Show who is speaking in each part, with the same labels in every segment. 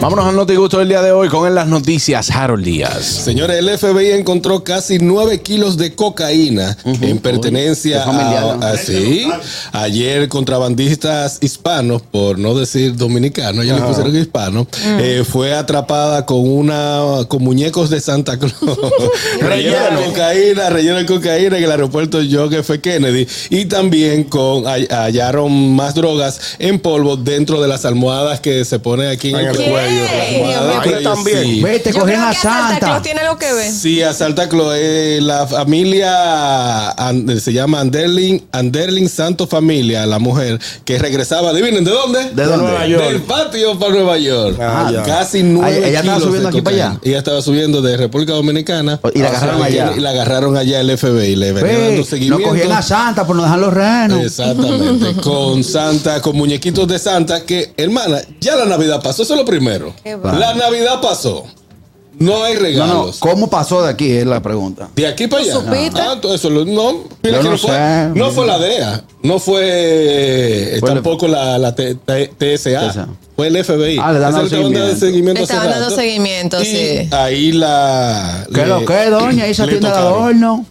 Speaker 1: Vámonos al Notigusto del día de hoy con en las noticias, Harold Díaz.
Speaker 2: Señores, el FBI encontró casi 9 kilos de cocaína en pertenencia
Speaker 3: Uy, qué familiar,
Speaker 2: a,
Speaker 3: ¿no?
Speaker 2: a- sí. Ayer contrabandistas hispanos, por no decir dominicanos, ya le pusieron hispanos,
Speaker 3: Mm.
Speaker 2: eh, fue atrapada con una con muñecos de Santa Claus. relleno de cocaína, relleno de cocaína en el aeropuerto John F. Kennedy y también con hall- hallaron más drogas en polvo dentro de las almohadas que se ponen aquí en,
Speaker 4: En
Speaker 2: el
Speaker 4: el
Speaker 2: cuello.
Speaker 4: cuello.
Speaker 2: Almohadas
Speaker 4: Aquí
Speaker 2: de cuello,
Speaker 4: también.
Speaker 2: sí.
Speaker 3: Vete,
Speaker 5: Yo
Speaker 3: cogen
Speaker 5: creo
Speaker 3: a
Speaker 5: que Santa
Speaker 3: Santa.
Speaker 5: Claus tiene algo que ver.
Speaker 2: Sí, a Santa Claus. eh, la familia an- eh, se llama Anderling, Anderling Santo Familia, la mujer que regresaba, adivinen, ¿de dónde?
Speaker 3: ¿De dónde? Nueva
Speaker 4: York.
Speaker 2: Del patio para Nueva York.
Speaker 4: Ah, ya.
Speaker 2: Casi nueve
Speaker 3: Ah, ella estaba
Speaker 2: kilos de
Speaker 3: subiendo aquí para
Speaker 2: cocaína.
Speaker 3: allá. Oh,
Speaker 2: Ella estaba subiendo de República Dominicana.
Speaker 3: Y la agarraron
Speaker 2: Ah,
Speaker 3: allá.
Speaker 2: Y la agarraron allá el FBI. Le venía
Speaker 3: Ve,
Speaker 2: dando
Speaker 3: Eh, no
Speaker 2: seguimiento.
Speaker 3: cogían a Santa por no dejar los renos.
Speaker 2: Exactamente, con Santa, con muñequitos de Santa, que hermana, ya la Navidad pasó, eso es lo primero.
Speaker 5: Qué bueno.
Speaker 2: La Navidad pasó, no hay
Speaker 3: No,
Speaker 2: regalos.
Speaker 3: no, ¿cómo pasó de aquí? Es la pregunta.
Speaker 2: De aquí para allá.
Speaker 5: supiste?
Speaker 2: Ah, todo eso, lo- no, mira
Speaker 3: Yo
Speaker 2: que
Speaker 3: no
Speaker 2: no, fue,
Speaker 3: sé.
Speaker 2: no fue la DEA, no fue eh,
Speaker 3: Fue el-
Speaker 2: tampoco la, la T- T- TSA,
Speaker 3: TSA.
Speaker 2: fue el FBI.
Speaker 3: Ah, le dan
Speaker 2: Esa
Speaker 3: dando
Speaker 2: es la que estaban dando
Speaker 5: Le
Speaker 2: seguimiento. hace
Speaker 5: estaban dando
Speaker 2: rato.
Speaker 5: seguimiento,
Speaker 2: Y
Speaker 5: sí.
Speaker 2: Ahí la.
Speaker 3: ¿Qué
Speaker 2: le-
Speaker 3: lo que, doña? Esa
Speaker 2: le
Speaker 3: tienda de
Speaker 2: tocaron.
Speaker 3: adorno.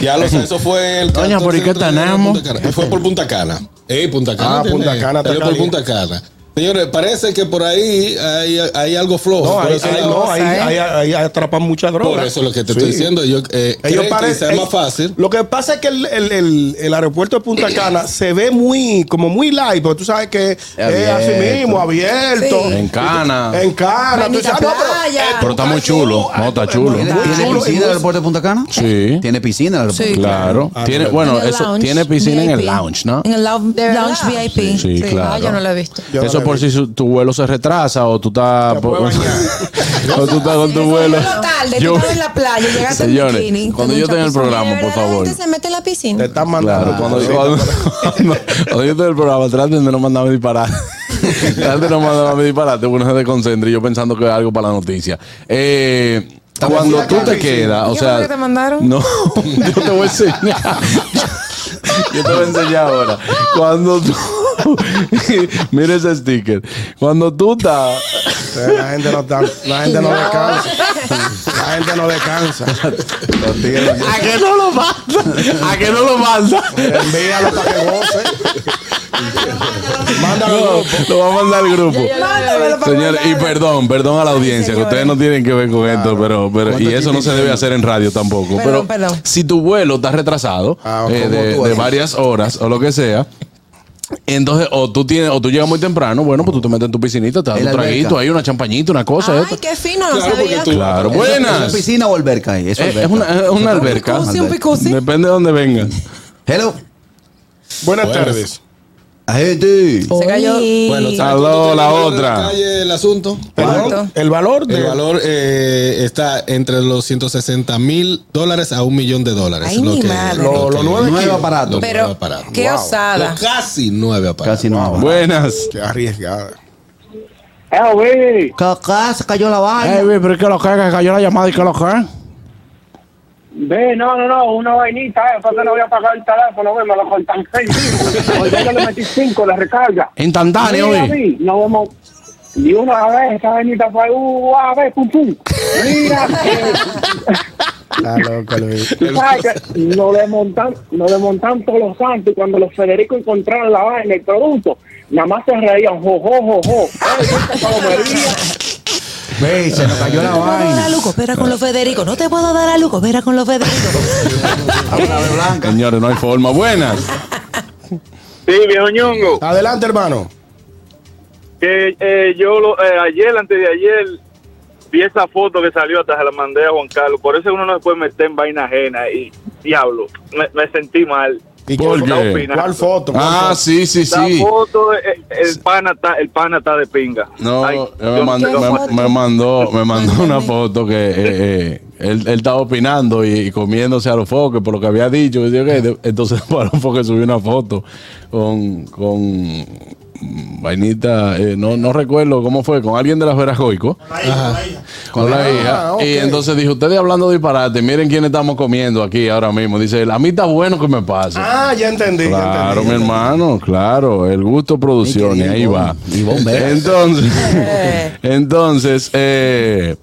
Speaker 2: Ya lo sé, eso fue el.
Speaker 3: Doña, ¿por
Speaker 2: 14
Speaker 3: qué
Speaker 2: de
Speaker 3: tan
Speaker 2: Punta
Speaker 3: amo?
Speaker 2: Cana. Fue por Punta Cana. Eh, Punta Cana.
Speaker 4: Ah,
Speaker 2: tiene-
Speaker 4: Punta Cana está
Speaker 2: salió por
Speaker 4: caliente.
Speaker 2: Punta Cana. Señores, parece que por ahí hay, hay algo flojo.
Speaker 4: No,
Speaker 2: Por
Speaker 4: ahí,
Speaker 2: eso
Speaker 4: ahí-
Speaker 2: la-
Speaker 4: Oh, no, ahí-
Speaker 5: ¿eh?
Speaker 4: ahí- ahí atrapan muchas drogas.
Speaker 2: Por eso es lo que te
Speaker 4: Sí.
Speaker 2: estoy diciendo. Yo, eh,
Speaker 4: Ellos
Speaker 2: creen que
Speaker 4: parecen-
Speaker 2: sea más fácil.
Speaker 4: Lo que pasa es que el, el- el- el aeropuerto de Punta Cana se ve muy, como muy light, porque tú sabes que es así
Speaker 3: Abierto.
Speaker 4: mismo, abierto.
Speaker 5: Sí.
Speaker 1: En Cana.
Speaker 4: En Cana. Ah, tú
Speaker 5: Bonita
Speaker 4: sabes, no, pero-
Speaker 5: playa.
Speaker 4: eh,
Speaker 1: Pero está muy chulo. No, está chulo.
Speaker 3: ¿Tiene,
Speaker 4: Muy
Speaker 3: tiene
Speaker 4: chulo y
Speaker 3: piscina
Speaker 4: muy-
Speaker 3: el aeropuerto de Punta Cana?
Speaker 1: Sí.
Speaker 3: Tiene piscina el aeropuerto.
Speaker 5: Sí.
Speaker 1: Claro.
Speaker 4: Ah,
Speaker 1: Tiene,
Speaker 4: claro.
Speaker 1: bueno,
Speaker 5: En el
Speaker 1: eso
Speaker 5: lounge
Speaker 1: tiene piscina en el
Speaker 5: VIP.
Speaker 1: lounge, ¿no?
Speaker 5: En el lou-
Speaker 6: ¿De
Speaker 5: lounge
Speaker 6: verdad?
Speaker 5: VIP.
Speaker 1: Sí, sí, claro.
Speaker 5: Ah, yo no lo he visto.
Speaker 4: Yo no
Speaker 1: Eso
Speaker 4: la
Speaker 1: por
Speaker 4: vi.
Speaker 1: si su- tu vuelo se retrasa o tú estás
Speaker 4: Te puede bañar.
Speaker 1: o tú estás con tu vuelo.
Speaker 6: Llegó tarde, tú
Speaker 1: Yo-
Speaker 6: estabas en la playa, llegaste en
Speaker 1: Señores,
Speaker 6: bikini,
Speaker 1: cuando
Speaker 6: con
Speaker 1: yo
Speaker 6: mucha
Speaker 1: tenga el
Speaker 6: piscina.
Speaker 1: programa,
Speaker 5: ¿De
Speaker 1: por
Speaker 5: verdad
Speaker 1: favor.
Speaker 5: La gente se mete en la
Speaker 4: Te
Speaker 5: piscina.
Speaker 4: están mandando.
Speaker 1: Claro, cuando,
Speaker 4: Ah, Sí,
Speaker 1: cuando, cuando, cuando yo estoy en el programa, traten de no mandarme disparate. traten de no mandarme disparate, uno se desconcentra y yo pensando que es algo para la noticia. Eh, cuando tú te quedas, o
Speaker 6: ¿Qué
Speaker 1: sea.
Speaker 6: fue lo que te mandaron?
Speaker 1: No, yo te voy a enseñar. Yo te voy a enseñar ahora. Cuando tú. Mira ese sticker. Cuando tú estás.
Speaker 4: La gente no, está- la gente no descansa. La gente no descansa. Los tigres-
Speaker 1: ¿A qué no lo manda? ¿A qué no lo manda?
Speaker 4: Envíalo para que goce. Mándalo al
Speaker 1: No,
Speaker 4: grupo.
Speaker 1: lo va a mandar al grupo.
Speaker 6: Mándamelo para
Speaker 1: Señores, y perdón, perdón a la audiencia, que ustedes no tienen que ver con esto, pero, pero y eso no se debe hacer en radio tampoco.
Speaker 6: Perdón,
Speaker 1: pero
Speaker 6: perdón.
Speaker 1: si tu vuelo está retrasado
Speaker 4: Ah,
Speaker 1: eh,
Speaker 4: como
Speaker 1: de,
Speaker 4: tú
Speaker 1: de
Speaker 4: eres.
Speaker 1: varias horas o lo que sea, entonces o tú tienes, o tú llegas muy temprano, bueno, pues tú te metes en tu piscinita, te das
Speaker 3: En la
Speaker 1: tu traguito,
Speaker 3: alberca.
Speaker 1: hay una champañita, una cosa,
Speaker 5: Ay,
Speaker 1: esto.
Speaker 5: qué fino, no
Speaker 2: Claro, porque
Speaker 5: sabía.
Speaker 2: tú-
Speaker 1: Claro,
Speaker 3: ¿Eso- ¿Eso es
Speaker 1: buenas.
Speaker 3: piscina o alberca ahí? Eso
Speaker 1: Eh,
Speaker 3: alberca.
Speaker 1: es una, es una alberca.
Speaker 6: picosi, un picosi.
Speaker 1: Depende de dónde vengas.
Speaker 3: Hello.
Speaker 4: Buenas
Speaker 2: Buenas.
Speaker 4: tardes.
Speaker 3: Gente.
Speaker 6: Se cayó.
Speaker 2: Bueno, ¿sabes
Speaker 1: Aló,
Speaker 2: cuánto tiene
Speaker 1: la
Speaker 2: el valor
Speaker 1: otra.
Speaker 2: en la calle el asunto.
Speaker 4: El
Speaker 6: ¿Cuánto?
Speaker 4: valor, el valor de.
Speaker 2: El valor eh, está entre los 160 mil dólares a un millón de dólares.
Speaker 6: Ay, mi madre.
Speaker 4: Lo- lo nueve
Speaker 3: Nuevo
Speaker 4: kilos.
Speaker 3: aparato.
Speaker 2: Lo nueve
Speaker 6: Pero
Speaker 2: aparatos.
Speaker 6: qué
Speaker 2: Wow.
Speaker 6: osada.
Speaker 2: Lo Casi nueve aparatos.
Speaker 3: Casi no.
Speaker 1: Buenas.
Speaker 4: Qué arriesgada.
Speaker 7: Eh, güey,
Speaker 3: Cacá, se cayó la vaina.
Speaker 1: pero es que lo cae, que cayó la llamada y que lo cae.
Speaker 7: ve, no, no, no, una vainita, eh, porque no voy a pagar el teléfono, güey, me lo cortan seis. Porque yo le metí cinco de recarga.
Speaker 1: Instantáneo,
Speaker 7: Mira,
Speaker 1: oye.
Speaker 7: vi, nos vemos. Y una vez, esa vainita fue, uh, a ver, pum, pum. Mira, eh,
Speaker 4: Está loco, Luis.
Speaker 7: tú sabes que nos desmontan, nos desmontan todos los santos. Y cuando los Federico encontraron la vaina, el producto, nada más se reían, jo, jo, jo, jo. Ey, esta palomería.
Speaker 3: Ve, se nos cayó la
Speaker 5: No te puedo dar a
Speaker 3: vaina.
Speaker 5: Luco, espera con los Federico. No te puedo dar a Luco, espera con los Federico.
Speaker 3: La de blanca.
Speaker 1: Señores, no hay forma. Buenas.
Speaker 7: Sí, viejo ñongo.
Speaker 4: Adelante, hermano.
Speaker 7: que eh, yo lo- eh, ayer, antes de ayer, vi esa foto que salió, hasta se la mandé a Juan Carlos. Por eso uno no se puede meter en vaina ajena y diablo, me, me sentí mal.
Speaker 4: ¿Y
Speaker 1: ¿Por
Speaker 4: qué-
Speaker 1: qué?
Speaker 4: ¿Cuál foto? ¿Cuál
Speaker 1: Ah,
Speaker 4: foto?
Speaker 1: sí, sí,
Speaker 7: La
Speaker 1: sí.
Speaker 7: foto, eh, el, pana está, el pana está de pinga.
Speaker 1: No,
Speaker 7: Ay,
Speaker 1: eh,
Speaker 7: yo
Speaker 1: me,
Speaker 7: no
Speaker 1: mandó,
Speaker 7: quiero
Speaker 1: me,
Speaker 7: más.
Speaker 1: me mandó, me mandó una foto que eh, eh, él, él estaba opinando y, y comiéndose a los focos por lo que había dicho. Y yo, ok, de- Entonces, para los focos subió una foto con, con mm, vainita, eh, no, no recuerdo cómo fue, con alguien de las Veras Goico. Con la hija.
Speaker 4: Ah, ok.
Speaker 1: Y entonces dije, ustedes hablando disparate, miren quién estamos comiendo aquí ahora mismo. Dice, él, a mí está bueno que me pase.
Speaker 4: Ah, ya entendí. ya
Speaker 1: Claro, mi
Speaker 4: entendí.
Speaker 1: hermano, claro, el gusto
Speaker 8: querido
Speaker 1: producciones, ahí
Speaker 8: Ivonne,
Speaker 1: va.
Speaker 8: Ivonne Veras.
Speaker 1: Entonces, entonces, eh,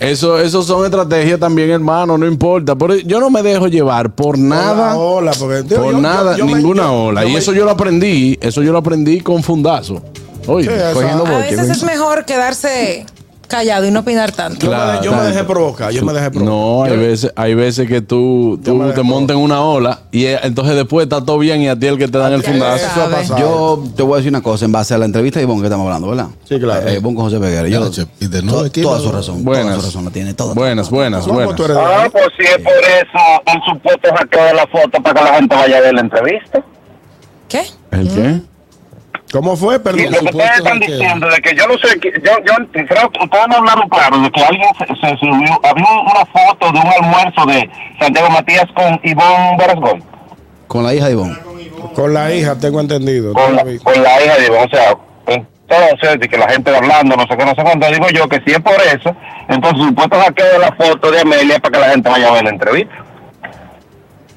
Speaker 1: eso, eso son estrategias también, hermano, no importa. Pero yo no me dejo llevar por nada,
Speaker 4: Hola, hola, porque-
Speaker 1: por
Speaker 4: yo- yo-
Speaker 1: nada,
Speaker 4: yo me-
Speaker 1: ninguna
Speaker 4: yo-
Speaker 1: ola.
Speaker 4: yo
Speaker 1: y
Speaker 4: me-
Speaker 1: eso yo lo aprendí, eso yo lo aprendí con fundazo. Oye,
Speaker 4: Sí, esa-
Speaker 1: cogiendo
Speaker 5: A
Speaker 1: boche,
Speaker 5: veces
Speaker 1: ¿ves?
Speaker 5: es mejor quedarse callado y no opinar tanto.
Speaker 4: Yo, me de- yo me
Speaker 1: Claro.
Speaker 4: dejé provocar, yo me dejé provocar.
Speaker 1: No, hay
Speaker 4: Yo-
Speaker 1: veces, hay veces que tú,
Speaker 4: Yo
Speaker 1: tú
Speaker 4: me dejo.
Speaker 1: te montas en una ola y eh, entonces después está todo bien y a ti el que te dan el
Speaker 5: ti el
Speaker 1: fundazo.
Speaker 4: Eso ha
Speaker 5: sabe.
Speaker 4: pasado.
Speaker 8: Yo te voy a decir una cosa en base a la entrevista de Ivonne que estamos hablando, ¿verdad?
Speaker 4: Sí, claro.
Speaker 8: Eh, Ivonne con José Peguero. Yo,
Speaker 2: Claro, Ah, y de nuevo
Speaker 8: to-
Speaker 2: aquí,
Speaker 8: toda
Speaker 2: ¿no?
Speaker 8: su razón. Toda
Speaker 1: Buenas.
Speaker 8: su razón la tiene. Toda.
Speaker 1: Buenas, buenas,
Speaker 4: ¿Cómo
Speaker 1: buenas.
Speaker 4: tú eres?
Speaker 7: Ah, pues si es por eso, por supuesto, saqué la foto para que la gente vaya a ver la entrevista.
Speaker 5: ¿Qué?
Speaker 1: ¿El qué?
Speaker 4: ¿Cómo fue?
Speaker 7: Y
Speaker 4: Perdón.
Speaker 7: lo que ustedes están
Speaker 2: saqueo.
Speaker 7: diciendo de que yo no sé, que- yo, yo creo que ustedes no hablaron claro de que alguien se, se subió, había una foto de un almuerzo de Santiago Matías con Iván Barasgón,
Speaker 8: Con la hija de Ivonne.
Speaker 4: Con la hija, tengo entendido.
Speaker 7: con la,
Speaker 4: tengo visto.
Speaker 7: con la hija de Iván, o sea, entonces, de que la gente hablando, no sé qué, no sé cuánto, digo yo que si es por eso, entonces supuesto saqué la foto de Amelia para que la gente vaya a ver la entrevista.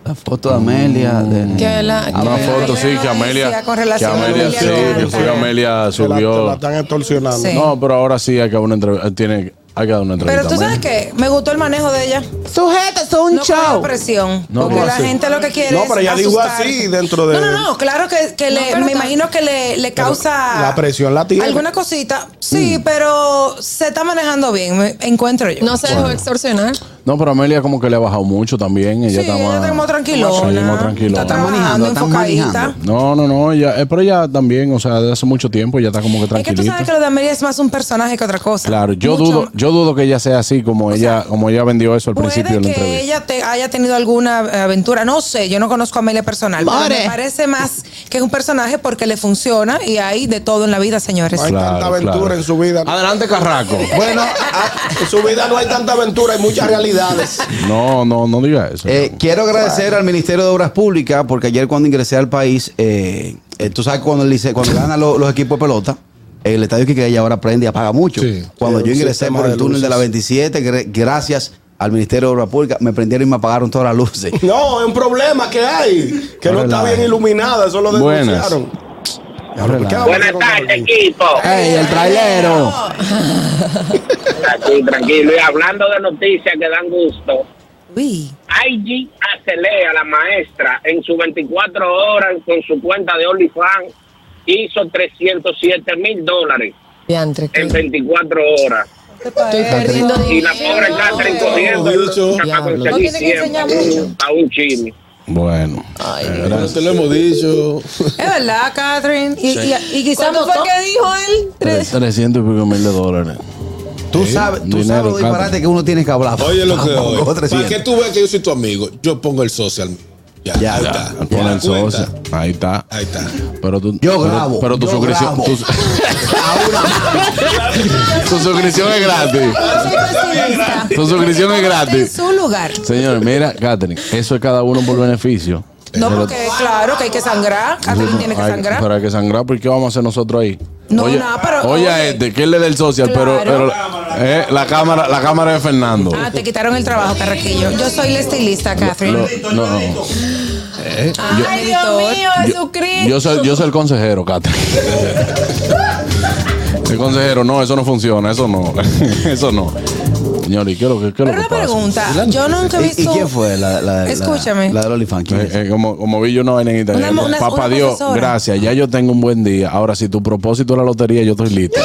Speaker 8: La foto de Amelia. de- Ah.
Speaker 5: Que la- que
Speaker 1: Una
Speaker 5: la-
Speaker 1: foto, sí, que
Speaker 5: noticia
Speaker 1: Amelia.
Speaker 5: Con
Speaker 1: que
Speaker 5: relación a
Speaker 1: Amelia,
Speaker 5: Amelia
Speaker 1: sí, que
Speaker 5: Alcántara.
Speaker 1: fue Amelia
Speaker 4: Te la- te la
Speaker 1: subió.
Speaker 4: están extorsionando.
Speaker 5: Sí.
Speaker 1: No, pero ahora sí hay que dar una entrevista. Tiene, hay que dar una entrevista.
Speaker 5: Pero tú sabes
Speaker 1: Amelia.
Speaker 5: qué, me gustó el manejo de ella.
Speaker 9: Sujeto, eso es un
Speaker 5: No con
Speaker 9: show.
Speaker 5: presión,
Speaker 1: No,
Speaker 5: porque
Speaker 1: no,
Speaker 5: la
Speaker 4: así.
Speaker 5: gente lo que quiere
Speaker 4: No,
Speaker 5: es
Speaker 4: pero ella dijo
Speaker 5: asustar.
Speaker 4: así dentro de-
Speaker 5: No, no, no, claro que, que le, me imagino que le, le causa...
Speaker 4: la presión la tiene. Mm.
Speaker 5: Alguna cosita, sí, pero se está manejando bien, me encuentro yo.
Speaker 3: No se dejó extorsionar.
Speaker 1: No, pero Amelia como que le ha bajado mucho también. Ella
Speaker 5: sí,
Speaker 1: está
Speaker 5: ella
Speaker 1: más,
Speaker 5: está como
Speaker 1: Sí, más
Speaker 5: tranquilona.
Speaker 1: tranquilona.
Speaker 5: Está trabajando,
Speaker 8: Está manejando, está
Speaker 5: enfocadita.
Speaker 8: manejando.
Speaker 1: No, no, no. Ella, eh, pero ella también, o sea, desde hace mucho tiempo ella está como que
Speaker 5: Es que tú
Speaker 1: tranquilita.
Speaker 5: sabes que lo de Amelia es más un personaje que otra cosa.
Speaker 1: Claro, yo
Speaker 5: Mucho-
Speaker 1: dudo, yo dudo que ella sea así como ella, como ella vendió eso al
Speaker 5: Puede
Speaker 1: principio de la
Speaker 5: que
Speaker 1: entrevista.
Speaker 5: ella te- haya tenido alguna eh, aventura, no sé, yo no conozco a Amelia personal, pero
Speaker 9: More.
Speaker 5: me parece más que es un personaje porque le funciona y hay de todo en la vida, señores.
Speaker 4: Hay tanta aventura en su vida.
Speaker 1: Adelante, Carraco.
Speaker 4: Bueno, a- en su vida no hay tanta aventura, hay muchas realidades.
Speaker 1: No, no, no diga eso.
Speaker 8: Eh, quiero agradecer al Ministerio de Obras Públicas porque ayer cuando ingresé al país, eh, eh, tú sabes cuando, el Licey- cuando ganan lo- los equipos de pelota, el estadio que hay ahora prende y apaga mucho.
Speaker 2: Sí.
Speaker 8: cuando
Speaker 4: Sí,
Speaker 8: yo
Speaker 4: un
Speaker 8: ingresé
Speaker 4: sistema
Speaker 8: por el
Speaker 4: de
Speaker 8: túnel de la
Speaker 4: luces.
Speaker 8: 27, gra- gracias al Ministerio de Obras Públicas, me prendieron y me apagaron todas las luces.
Speaker 4: No, es un problema que hay, que no está
Speaker 1: Relaja.
Speaker 4: bien iluminada, eso lo
Speaker 1: Buenas.
Speaker 4: denunciaron. Ya, pero ¿por qué
Speaker 1: Relaja.
Speaker 4: vamos a
Speaker 7: Buenas tardes,
Speaker 4: contar?
Speaker 7: equipo.
Speaker 8: ¡Ey, el trailero!
Speaker 7: Aquí, tranquilo. Y hablando de noticias que dan gusto,
Speaker 9: Uy.
Speaker 7: IG Acelea, la maestra, en sus 24 horas con su cuenta de OnlyFans, hizo 307 mil dólares
Speaker 3: Diantre, que
Speaker 7: en 24ro horas.
Speaker 3: estoy perdiendo
Speaker 7: Y la pobre
Speaker 3: dinero.
Speaker 7: Catherine cogiendo
Speaker 2: dicho.
Speaker 7: para
Speaker 3: Diablo. No
Speaker 7: conseguir
Speaker 3: tiene que enseñar
Speaker 7: 100
Speaker 3: mucho.
Speaker 7: a un chimi.
Speaker 1: Bueno. eh,
Speaker 2: Pero te lo hemos dicho.
Speaker 5: Es verdad, Catherine. Y, y- y quizás
Speaker 3: ¿Cuánto
Speaker 5: no
Speaker 3: fue que dijo él?
Speaker 1: Tres- 300 y pico mil de dólares.
Speaker 8: Tú sabes, tú
Speaker 1: dinero,
Speaker 8: sabes lo
Speaker 1: claro.
Speaker 8: disparate que uno tiene que hablar.
Speaker 2: Oye, lo que
Speaker 8: Tampoco,
Speaker 2: hoy. Para
Speaker 8: 300.
Speaker 2: que tú veas que yo soy tu amigo, yo pongo el social. Ya,
Speaker 8: Ya,
Speaker 2: ahí
Speaker 8: ya,
Speaker 2: está.
Speaker 1: Pon el
Speaker 2: Cuenta.
Speaker 1: socio. Ahí está.
Speaker 2: Ahí está.
Speaker 1: Pero tú,
Speaker 8: Yo
Speaker 1: pero-
Speaker 8: grabo.
Speaker 1: Pero tu
Speaker 8: yo
Speaker 1: suscripción.
Speaker 8: grabo.
Speaker 1: Tu,
Speaker 8: A una mano.
Speaker 1: tu suscripción es gratis. Tu suscripción es
Speaker 5: en
Speaker 1: gratis.
Speaker 5: su lugar.
Speaker 1: Señores, mira, Catherine, eso es cada uno por beneficio.
Speaker 5: No,
Speaker 1: Pero-
Speaker 5: porque claro que hay que sangrar. Catherine Ah, tiene que
Speaker 1: Ay,
Speaker 5: sangrar.
Speaker 1: Pero hay que sangrar, ¿por qué vamos a hacer nosotros ahí?
Speaker 5: No, nada, pero-
Speaker 1: oye, a
Speaker 5: oye.
Speaker 1: este, que él le del social,
Speaker 5: Claro.
Speaker 1: pero, pero, eh, la cámara, la cámara de Fernando.
Speaker 5: Ah, te quitaron el trabajo, Carraquillo. Yo soy la estilista, Catherine.
Speaker 1: Lo- no, no.
Speaker 5: Ay, Dios mío.
Speaker 1: Yo soy, yo soy el consejero, Catherine. El consejero, no, eso no funciona, eso no, eso no. Señor, ¿y qué es lo que, qué es
Speaker 5: Pero
Speaker 1: lo que
Speaker 5: una
Speaker 1: pasa?
Speaker 5: pregunta. Yo nunca he
Speaker 8: ¿Y, y
Speaker 5: visto.
Speaker 8: quién fue la, la, la-
Speaker 5: Escúchame.
Speaker 8: La, de OnlyFans? ¿Quién es?
Speaker 1: Eh, eh, como, como vi yo una vaina en internet.
Speaker 5: Una- una-
Speaker 1: Papá
Speaker 5: una
Speaker 1: Dios,
Speaker 5: profesora.
Speaker 1: gracias. Ya yo tengo un buen día. Ahora, si tu propósito es la lotería, yo estoy listo.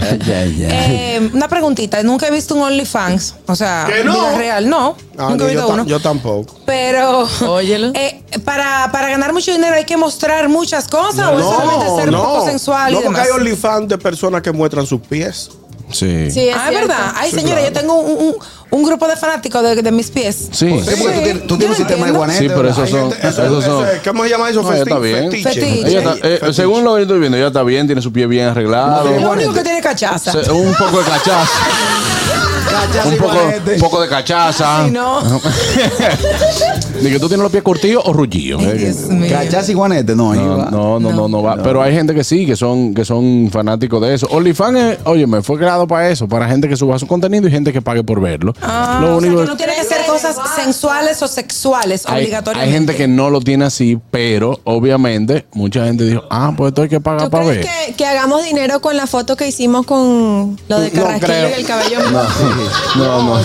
Speaker 8: Ay, ay, ay.
Speaker 5: Eh, una preguntita, nunca he visto un OnlyFans, o sea,
Speaker 4: ¿Que
Speaker 5: en
Speaker 4: no?
Speaker 5: vida real, no,
Speaker 4: Ah,
Speaker 5: nunca he
Speaker 4: ni yo,
Speaker 5: visto
Speaker 4: ta-
Speaker 5: uno.
Speaker 4: yo tampoco.
Speaker 5: Pero
Speaker 3: Óyelo.
Speaker 5: eh, para, para ganar mucho dinero hay que mostrar muchas cosas o es solamente ser un poco sensual
Speaker 4: no
Speaker 5: y
Speaker 4: porque
Speaker 5: demás.
Speaker 4: hay OnlyFans de personas que muestran sus pies.
Speaker 1: Sí.
Speaker 3: Sí, es
Speaker 5: Ah, es verdad.
Speaker 3: cierto.
Speaker 5: Ay, señora, yo tengo un, un- un grupo de fanáticos de, de mis pies.
Speaker 1: Sí.
Speaker 3: Pues,
Speaker 8: Sí, porque tú tienes- tú
Speaker 5: Yo
Speaker 8: tienes
Speaker 5: no
Speaker 8: un sistema de
Speaker 5: entiendo.
Speaker 8: guanete.
Speaker 1: Sí, pero
Speaker 8: ¿verdad?
Speaker 1: esos son. esos son-
Speaker 4: ¿Cómo se llama eso?
Speaker 1: No, ella está bien.
Speaker 4: Fetiche.
Speaker 5: Fetiche.
Speaker 1: Ella está- eh, según lo que yo estoy viendo, ella está bien, tiene su pie bien arreglado.
Speaker 5: Lo único que tiene cachaza.
Speaker 1: Se- Un poco de cachaza.
Speaker 8: Cachaza
Speaker 1: un
Speaker 8: y
Speaker 1: poco,
Speaker 8: guanete.
Speaker 1: un poco de cachaza.
Speaker 5: Ay, no.
Speaker 1: Ni que tú tienes los pies curtidos o rullillos. eh, que-
Speaker 5: Dios mío.
Speaker 8: Cachaza y guanete, no. ahí
Speaker 1: No,
Speaker 8: va.
Speaker 1: no, no, no, no va. Pero hay gente que sí, que son, que son fanáticos de eso. OnlyFans, es- óyeme, fue creado para eso, para gente que suba su contenido y gente que pague por verlo.
Speaker 5: Ah,
Speaker 1: Lo
Speaker 5: o sea,
Speaker 1: único
Speaker 5: que
Speaker 1: es-
Speaker 5: no tiene que ser cosas sensuales o sexuales
Speaker 1: hay, hay
Speaker 5: obligatoriamente.
Speaker 1: gente que no lo tiene así, pero obviamente mucha gente dijo, ah, pues esto hay que pagar
Speaker 3: ¿Tú
Speaker 1: para ver.
Speaker 3: crees que, que hagamos dinero con la foto que hicimos con lo de
Speaker 1: No
Speaker 3: Carrasquillo
Speaker 1: creo.
Speaker 3: y el cabello?
Speaker 1: No, no, no,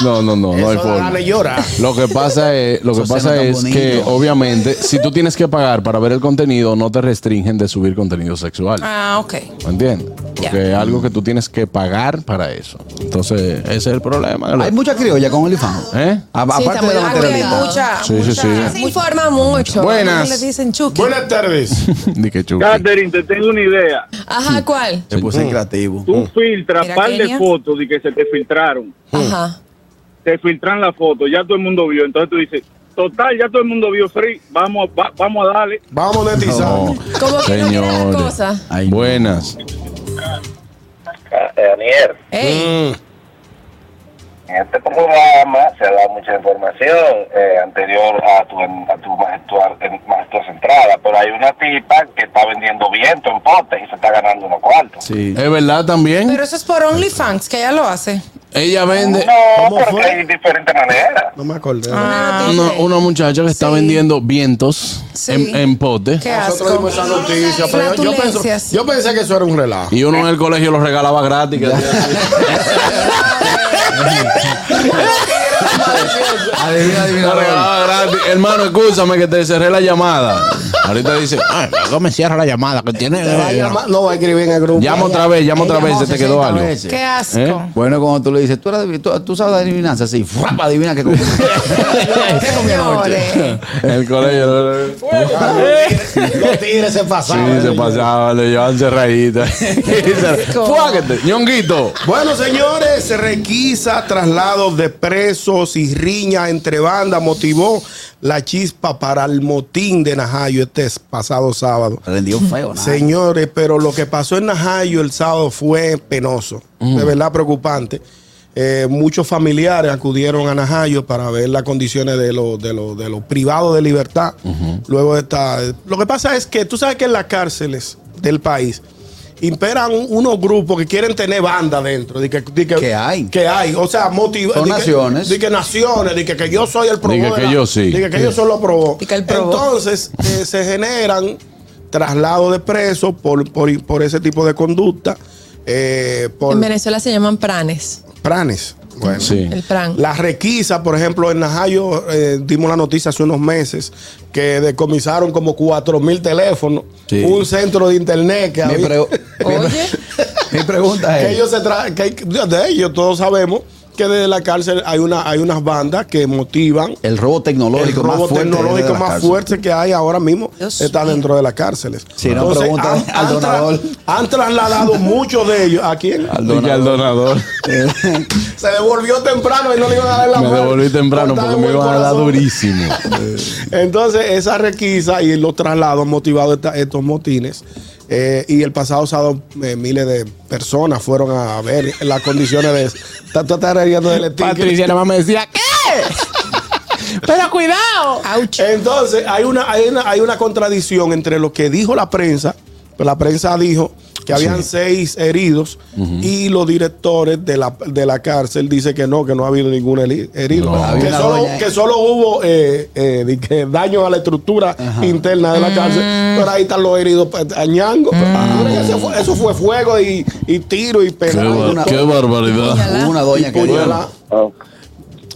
Speaker 1: no, no, no, no hay forma.
Speaker 4: llora.
Speaker 1: Lo que pasa es, lo que
Speaker 8: Eso
Speaker 1: pasa
Speaker 8: suena tan
Speaker 1: es
Speaker 8: bonito.
Speaker 1: que obviamente si tú tienes que pagar para ver el contenido, no te restringen de subir contenido sexual.
Speaker 5: Ah, ok.
Speaker 1: ¿Me entiendes? Porque
Speaker 5: Ya.
Speaker 1: es algo que tú tienes que pagar para eso. Entonces, ese es el problema.
Speaker 8: Hay mucha criolla con OnlyFans.
Speaker 1: ¿Eh?
Speaker 8: A-
Speaker 3: Sí, está
Speaker 8: Aparte de
Speaker 3: muy
Speaker 8: la
Speaker 3: bien.
Speaker 5: Porque hay
Speaker 3: Materialista.
Speaker 8: materialista.
Speaker 5: mucha,
Speaker 1: Sí, sí,
Speaker 5: mucha,
Speaker 3: Se
Speaker 1: sí.
Speaker 3: Ah, informa mucho.
Speaker 1: Buenas.
Speaker 5: Le dicen Chucky.
Speaker 4: Buenas tardes.
Speaker 1: Di que chuki.
Speaker 10: Catherine, te tengo una idea.
Speaker 3: Ajá, ¿cuál?
Speaker 8: Me
Speaker 4: Mm.
Speaker 8: puse creativo.
Speaker 10: Tú filtras
Speaker 5: Mira,
Speaker 10: par de
Speaker 5: Kenia.
Speaker 10: fotos de que se te filtraron.
Speaker 3: Ajá.
Speaker 10: Te filtran la foto, ya todo el mundo vio. Entonces tú dices, total, ya todo el mundo vio free. Vamos, va- vamos a darle.
Speaker 4: Vamos a monetizar.
Speaker 1: No,
Speaker 3: Como que no quiere
Speaker 1: señores.
Speaker 3: las cosas.
Speaker 8: Ay, no.
Speaker 1: Buenas.
Speaker 7: Ah, Daniel,
Speaker 3: Ey,
Speaker 7: eh, en este programa se da mucha información eh, anterior a tu, a tu más, actual- más actual entrada, pero hay una tipa que está vendiendo viento en potes y se está ganando unos cuartos.
Speaker 8: Sí.
Speaker 1: ¿Es verdad
Speaker 3: Mm.
Speaker 1: también?
Speaker 5: Pero eso es por OnlyFans, que ella lo hace.
Speaker 1: Ella vende
Speaker 7: No,
Speaker 4: ¿Cómo
Speaker 7: pero
Speaker 4: fue?
Speaker 7: que hay diferentes maneras.
Speaker 4: No me acordé.
Speaker 5: Ah,
Speaker 1: una, una muchacha que está
Speaker 5: Sí.
Speaker 1: vendiendo vientos en, en pote.
Speaker 5: qué
Speaker 4: Nosotros
Speaker 5: asco.
Speaker 4: dimos esa noticia, pero yo, yo
Speaker 5: Flatulencias.
Speaker 4: pensé, yo pensé que eso era un relajo.
Speaker 1: Y uno en el colegio los regalaba gratis. que-
Speaker 8: Adivina, adivina.
Speaker 1: Lo regalaba gratis. Hermano, escúchame que te cerré la llamada. Ahorita dice, "Ay, no me cierra la llamada que tiene.
Speaker 4: Te va a llamar- no va a escribir en el grupo.
Speaker 1: Eh, Llama otra vez, llama otra
Speaker 8: Ella
Speaker 1: vez, se
Speaker 8: llamó
Speaker 1: te quedó
Speaker 8: 60
Speaker 1: algo.
Speaker 8: veces.
Speaker 5: Qué asco.
Speaker 1: ¿Eh?
Speaker 8: Bueno, cuando tú le dices, tú, eres adiv- tú, tú sabes de adivinanza, así, ¡fuap! adivina qué comí.
Speaker 3: Eh.
Speaker 8: ¿Qué comí anoche?
Speaker 1: El colegio.
Speaker 4: Los tigres se
Speaker 1: Sí,
Speaker 4: pasaban.
Speaker 1: se pasaba, le llevaban cerradita. Fuáquete, ñonguito.
Speaker 4: Bueno, señores, se requisa traslados de presos y riña entre bandas. Motivó la chispa para el motín de Najayo este pasado sábado.
Speaker 8: Rendió feo, nada.
Speaker 4: Señores, pero lo que pasó en Najayo el sábado fue penoso, de
Speaker 1: Mm.
Speaker 4: verdad preocupante. Eh, muchos familiares acudieron a Najayo para ver las condiciones de los de los- de los privados de libertad. Luego de esta. eh, Lo que pasa es que tú sabes que en las cárceles del país imperan un- unos grupos que quieren tener banda dentro. De que, de que-
Speaker 8: Que hay.
Speaker 4: Que hay. O sea, motiva.
Speaker 8: Son
Speaker 4: de que-
Speaker 8: naciones.
Speaker 4: De que naciones, de que, que yo soy el probó.
Speaker 1: que
Speaker 4: de la-
Speaker 1: yo sí.
Speaker 4: de que- que yo solo probó.
Speaker 5: De que él probó.
Speaker 4: Entonces eh, se generan traslados de presos por, por, por ese tipo de conducta, eh, por
Speaker 3: En Venezuela se llaman pranes.
Speaker 4: planes. Bueno.
Speaker 1: Sí.
Speaker 3: El pran.
Speaker 4: La requisa, por ejemplo, en Najayo eh, dimos la noticia hace unos meses que decomisaron como 4 mil teléfonos,
Speaker 8: Sí.
Speaker 4: un centro de internet que,
Speaker 8: Mi,
Speaker 4: había-
Speaker 8: pregu- mi
Speaker 3: Oye,
Speaker 8: pre- mi pregunta
Speaker 4: que
Speaker 8: es,
Speaker 4: ellos se tra- que hay- de ellos todos sabemos que desde la cárcel hay una hay unas bandas que motivan
Speaker 8: el robo tecnológico
Speaker 4: el robo
Speaker 8: más fuerte.
Speaker 4: tecnológico
Speaker 8: de la
Speaker 4: más
Speaker 8: cárcel.
Speaker 4: fuerte que hay ahora mismo
Speaker 5: Dios
Speaker 4: está
Speaker 5: mío.
Speaker 4: dentro de las cárceles.
Speaker 8: Sí, no, pregunta
Speaker 4: han,
Speaker 8: al
Speaker 4: han tra-
Speaker 8: donador. Ah.
Speaker 4: han trasladado muchos de ellos. ¿A quién?
Speaker 1: Al donador. Al donador.
Speaker 4: Se devolvió temprano y no le iban a dar la
Speaker 1: Me
Speaker 4: mano.
Speaker 1: devolví temprano
Speaker 4: Cortaba
Speaker 1: porque me
Speaker 4: el
Speaker 1: iban a dar
Speaker 4: corazón.
Speaker 1: durísimo.
Speaker 4: Entonces, esa requisa y los traslados han motivado esta- estos motines. Eh, y el pasado sábado, eh, miles de personas fueron a ver las condiciones de. Está, está, está riendo del sticker.
Speaker 1: Patricia nada más me decía, ¿qué? Pero cuidado.
Speaker 4: Eh, Entonces, hay una, hay, una, hay una contradicción entre lo que dijo la prensa. pues La prensa dijo que habían seis heridos y los directores de la, de la cárcel dicen que no, que no ha habido ningún heri- herido.
Speaker 1: No.
Speaker 4: Que,
Speaker 8: Había una
Speaker 4: solo,
Speaker 8: doña-
Speaker 4: que solo hubo eh, eh, di que daño a la estructura interna de la cárcel. Pero ahí están los heridos pues, a ñango. Mira, ese fue- Eso fue fuego y, y tiro y
Speaker 1: Qué,
Speaker 4: pegado.
Speaker 1: bar- qué barbaridad.
Speaker 8: Hubo una doña que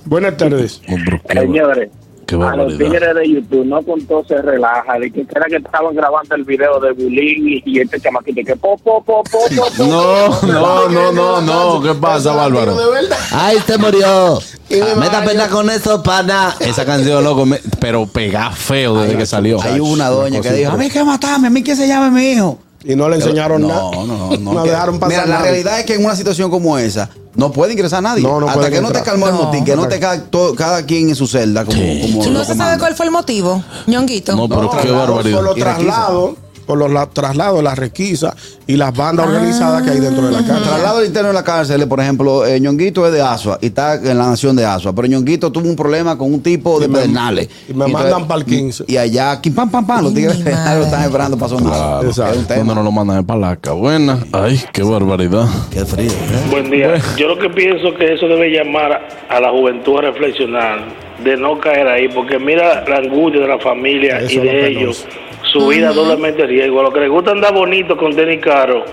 Speaker 4: Buenas tardes.
Speaker 1: No, pero qué bar-
Speaker 7: Señores,
Speaker 1: qué
Speaker 7: a los
Speaker 1: barbaridad.
Speaker 7: tigres de YouTube no contó se relaja de que era que estaban grabando el video de Bulín y, y este chamaquito que po po po po po, po.
Speaker 1: No, no, no, no, no. ¿Qué pasa, Bárbaro?
Speaker 4: De verdad.
Speaker 1: Ay, te murió.
Speaker 4: me
Speaker 1: Me da
Speaker 4: vaya.
Speaker 1: pena con eso, pana. Esa canción, loco, me- pero pegá feo desde que salió.
Speaker 8: Ahí hubo una doña que dijo, a mí hay que matarme, a mí que se llame mi hijo.
Speaker 4: Y no le enseñaron
Speaker 8: no,
Speaker 4: nada.
Speaker 8: No, no, no.
Speaker 4: No
Speaker 8: que-
Speaker 4: dejaron pasar
Speaker 8: Mira, la
Speaker 4: nada.
Speaker 8: realidad es que en una situación como esa, No puede ingresar nadie.
Speaker 4: No, no
Speaker 8: Hasta
Speaker 4: puede
Speaker 8: que no te
Speaker 4: entrar.
Speaker 8: calmó el
Speaker 4: No,
Speaker 8: motín, que
Speaker 4: no
Speaker 8: no te ca to- cada quien en su celda. Como, como
Speaker 5: ¿Tú
Speaker 8: lo
Speaker 5: no se sabe
Speaker 8: comanda.
Speaker 5: cuál fue el motivo, ñonguito?
Speaker 1: No, pero qué barbaridad.
Speaker 4: Por los
Speaker 8: Y requisa.
Speaker 4: traslados, por los la- traslados, las requisas y las bandas organizadas que hay dentro de la
Speaker 8: El
Speaker 4: cárcel.
Speaker 8: Ah. traslado interno de la cárcel, por ejemplo, eh, Ñonguito es de Asua y está en la nación de Asua, pero Ñonguito tuvo un problema con un tipo de
Speaker 4: Y me-
Speaker 8: Pedernales.
Speaker 4: y me mandan pa'l 15.
Speaker 8: Y allá, aquí, pam, pam, pam, los
Speaker 5: Ay,
Speaker 8: tigres
Speaker 5: mi
Speaker 8: de Pedernales lo están
Speaker 5: madre.
Speaker 8: esperando para sonar.
Speaker 1: Claro.
Speaker 8: Es un tema.
Speaker 1: ¿Dónde no lo mandan de palaca? Buena. Ay, qué barbaridad.
Speaker 8: Qué frío. ¿eh?
Speaker 11: Buen día. Yo lo que pienso que eso debe llamar a la juventud a reflexionar, de no caer ahí, porque mira la angustia de la familia
Speaker 4: Eso
Speaker 11: y
Speaker 4: es lo
Speaker 11: de
Speaker 4: penoso.
Speaker 11: ellos, su vida doblemente en riesgo. A los que les gusta andar bonito con tenis caro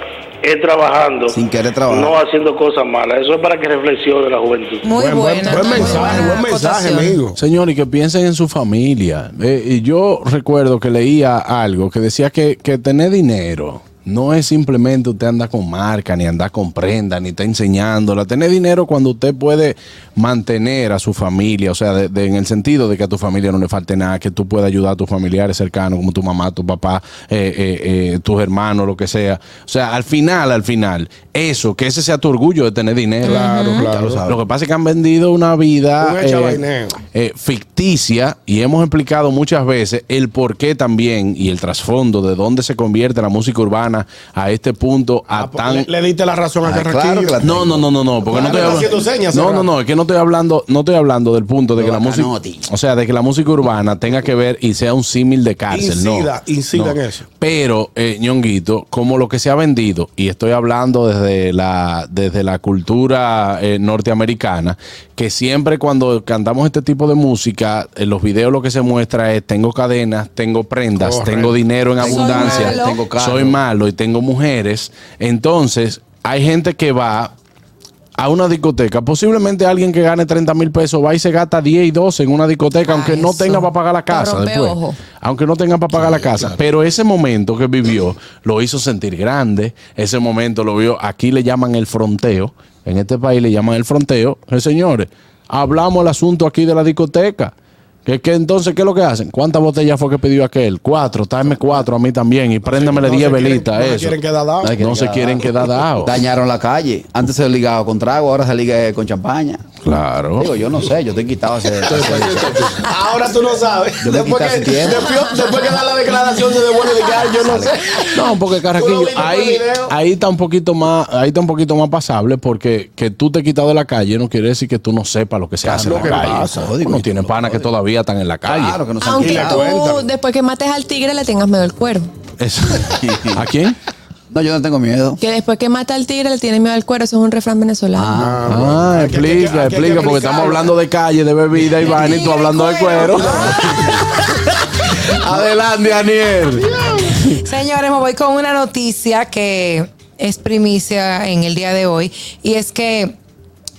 Speaker 11: es trabajando,
Speaker 8: Sin querer trabajar.
Speaker 11: no haciendo cosas malas. Eso es para que reflexione la juventud.
Speaker 5: Muy
Speaker 4: Buen, buen-
Speaker 5: buena.
Speaker 4: buen
Speaker 5: muy
Speaker 4: mensaje,
Speaker 5: buena
Speaker 4: buen mensaje,
Speaker 5: acotación.
Speaker 4: amigo.
Speaker 1: Señor, y que piensen en su familia. Eh, y yo recuerdo que leía algo que decía que, que tener dinero no es simplemente usted anda con marca, ni anda con prenda, ni está enseñándola. Tener dinero cuando usted puede mantener a su familia, o sea, de- de- en el sentido de que a tu familia no le falte nada, que tú puedas ayudar a tus familiares cercanos, como tu mamá, tu papá, eh, eh, eh, tus hermanos, lo que sea. O sea, al final, al final, eso, que ese sea tu orgullo de tener dinero.
Speaker 4: Claro,
Speaker 1: Ya
Speaker 4: claro.
Speaker 1: lo sabes. Lo que pasa es que han vendido una vida
Speaker 4: Un echabaineo.
Speaker 1: eh, ficticia y hemos explicado muchas veces el por qué también y el trasfondo de dónde se convierte la música urbana a este punto a
Speaker 4: Ah, pues,
Speaker 1: tan...
Speaker 4: le, le diste la razón a
Speaker 8: Ah,
Speaker 4: Carraquillo.
Speaker 8: claro que la-
Speaker 1: No, no, no, no, no, porque
Speaker 4: Claro,
Speaker 1: no
Speaker 4: está
Speaker 1: estoy hablando.
Speaker 4: haciendo señas,
Speaker 1: No,
Speaker 4: Serrat.
Speaker 1: no, no, es que no estoy hablando, no estoy hablando del punto de
Speaker 8: Lo
Speaker 1: que la música,
Speaker 8: bacanotti.
Speaker 1: o sea, de que la música urbana tenga que ver y sea un símil de cárcel, no.
Speaker 4: Incida, incida
Speaker 1: No.
Speaker 4: en eso.
Speaker 1: Pero, eh, ñonguito, como lo que se ha vendido, y estoy hablando desde la, desde la cultura eh, norteamericana, que siempre cuando cantamos este tipo de música, en los videos lo que se muestra es tengo cadenas, tengo prendas,
Speaker 4: Correcto.
Speaker 1: tengo dinero en
Speaker 5: Soy
Speaker 1: abundancia,
Speaker 5: malo.
Speaker 1: tengo carro. soy malo y tengo mujeres. Entonces, hay gente que va a una discoteca. Posiblemente alguien que gane 30 mil pesos va y se gasta 10 y 12 en una discoteca,
Speaker 5: Ah,
Speaker 1: aunque no
Speaker 5: eso.
Speaker 1: tenga para pagar la casa
Speaker 5: Te rompe
Speaker 1: después.
Speaker 5: ojo.
Speaker 1: Aunque no tenga para pagar la casa. Pero ese momento que vivió lo hizo sentir grande. Ese momento lo vio. Aquí le llaman el fronteo. En este país le llaman el fronteo. Eh, señores, hablamos el asunto aquí de la discoteca. Que, que entonces, ¿qué es lo que hacen? ¿Cuántas botellas fue que pidió aquel? Cuatro, tráeme cuatro a mí también y préndamele
Speaker 4: no se
Speaker 1: 10
Speaker 4: quieren-
Speaker 1: velitas.
Speaker 4: no se
Speaker 1: eso.
Speaker 4: quieren quedar dados.
Speaker 1: Ay, que No se quieren quedar dados.
Speaker 8: Dañaron la calle. Antes se ligaba con trago, ahora se liga eh, con champaña.
Speaker 1: Claro.
Speaker 8: Digo, yo no sé, yo te he quitado ese. ese-
Speaker 4: Ahora tú no sabes.
Speaker 8: Yo me
Speaker 4: Después
Speaker 8: quité
Speaker 4: que,
Speaker 8: hace tiempo.
Speaker 4: después, después que da la declaración se devuelve de que "Ay, yo no sé.
Speaker 1: No, porque
Speaker 4: Tú lo
Speaker 1: Carraquillo,
Speaker 4: viste por
Speaker 1: ahí,
Speaker 4: video.
Speaker 1: ahí está un poquito más, ahí está un poquito más pasable porque que tú te has quitado de la calle no quiere decir que tú no sepas lo que se hace en la
Speaker 4: que
Speaker 1: calle.
Speaker 4: pasa,
Speaker 1: Uno tiene panas que todavía están en la calle.
Speaker 8: Claro que no se han
Speaker 3: Aunque
Speaker 4: le
Speaker 3: tú,
Speaker 8: quitado.
Speaker 4: cuentan.
Speaker 3: después que mates al tigre, le tengas miedo al cuero.
Speaker 1: Eso. ¿A quién?
Speaker 8: No, yo no tengo miedo.
Speaker 3: Que después que mata al tigre, le tienes miedo al cuero. Eso es un refrán venezolano.
Speaker 1: Ah,
Speaker 4: hay que- hay que-
Speaker 1: explica,
Speaker 4: hay que
Speaker 1: explica, porque
Speaker 4: explicarlo.
Speaker 1: estamos hablando de calle, de bebida y vaina y tú hablando de cuero. Adelante, Aniel.
Speaker 5: Señores, me voy con una noticia que es primicia en el día de hoy y es que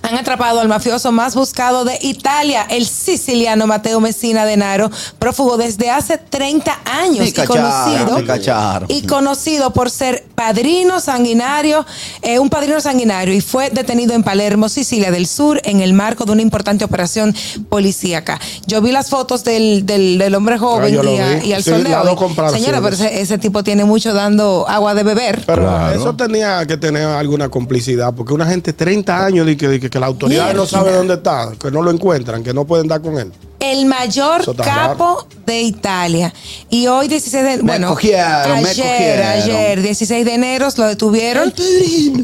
Speaker 5: han atrapado al mafioso más buscado de Italia, el siciliano Mateo Messina Denaro, prófugo desde hace 30 años
Speaker 8: Me
Speaker 5: y
Speaker 8: cacharon, me
Speaker 5: conocido,
Speaker 8: cacharon.
Speaker 5: y conocido por ser padrino sanguinario, eh, un padrino sanguinario, y fue detenido en Palermo, Sicilia del Sur, en el marco de una importante operación policíaca. Yo vi las fotos del, del, del hombre joven
Speaker 4: yo lo
Speaker 5: y, a-
Speaker 4: vi.
Speaker 5: y al
Speaker 4: Sí,
Speaker 5: sol de
Speaker 4: las
Speaker 5: hoy.
Speaker 4: dos comparaciones.
Speaker 5: Señora, pero ese, ese tipo tiene mucho dando agua de beber.
Speaker 4: Pero
Speaker 1: Claro.
Speaker 4: eso tenía que tener alguna complicidad, porque una gente 30 años de que, de que, que la autoridad no sabe dónde está, que no lo encuentran, que no pueden dar con él.
Speaker 5: El mayor
Speaker 4: Eso está
Speaker 5: capo de Italia. Y hoy 16 de
Speaker 8: Me
Speaker 5: bueno,
Speaker 8: cogieron, me
Speaker 5: ayer,
Speaker 8: cogieron.
Speaker 5: ayer 16 de enero lo detuvieron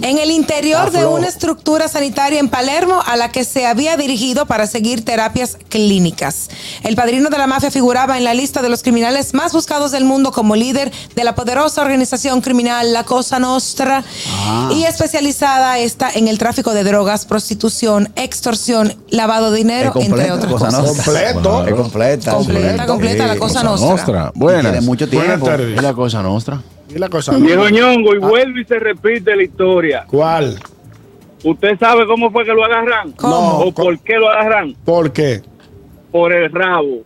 Speaker 5: en el interior de
Speaker 4: Está flojo.
Speaker 5: una estructura sanitaria en Palermo a la que se había dirigido para seguir terapias clínicas. El padrino de la mafia figuraba en la lista de los criminales más buscados del mundo como líder de la poderosa organización criminal La Cosa Nostra
Speaker 8: Ah.
Speaker 5: y especializada está en el tráfico de drogas, prostitución, extorsión, lavado de dinero, entre otras cosas.
Speaker 4: Completo.
Speaker 8: Es completa.
Speaker 5: Completa, completa la cosa nostra.
Speaker 8: Buena.
Speaker 1: Buenas.
Speaker 8: mucho
Speaker 4: Buenas
Speaker 8: tiempo.
Speaker 4: tardes.
Speaker 1: Es la cosa nuestra.
Speaker 4: Y la cosa. Ah.
Speaker 11: Viejo ñongo, y vuelve y se repite la historia.
Speaker 4: ¿Cuál?
Speaker 11: ¿Usted sabe cómo fue que lo agarran?
Speaker 4: ¿Cómo?
Speaker 11: ¿O por qué lo agarran?
Speaker 4: ¿Por qué?
Speaker 11: Por el rabo.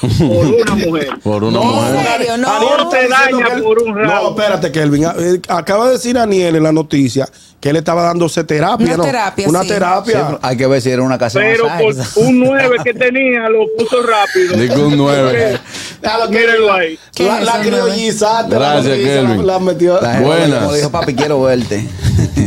Speaker 12: por una mujer.
Speaker 1: Por una
Speaker 4: No,
Speaker 1: mujer.
Speaker 4: Oh, Dani-
Speaker 12: no.
Speaker 4: Daniel
Speaker 12: No te
Speaker 4: está diciendo
Speaker 12: daña
Speaker 4: que él-
Speaker 12: por un
Speaker 4: No,
Speaker 12: rabo.
Speaker 4: espérate, Kelvin. A- él- Acaba de decir Daniel en la noticia que él estaba dándose terapia.
Speaker 2: Una
Speaker 4: ¿no?
Speaker 2: terapia,
Speaker 4: Una
Speaker 2: sí.
Speaker 4: terapia.
Speaker 8: Siempre hay que ver si era una casa de
Speaker 12: Pero por
Speaker 8: masajes.
Speaker 12: un 9 que tenía lo puso rápido.
Speaker 1: Digo un nueve.
Speaker 12: Mírenlo ahí.
Speaker 2: ¿Qué
Speaker 4: La,
Speaker 2: es
Speaker 4: la
Speaker 2: eso,
Speaker 4: criollizaste, la
Speaker 1: Gracias,
Speaker 4: criollizaste,
Speaker 1: Kelvin.
Speaker 4: La, la metió.
Speaker 8: La gente,
Speaker 1: Buenas.
Speaker 8: Como dijo, papi, quiero verte.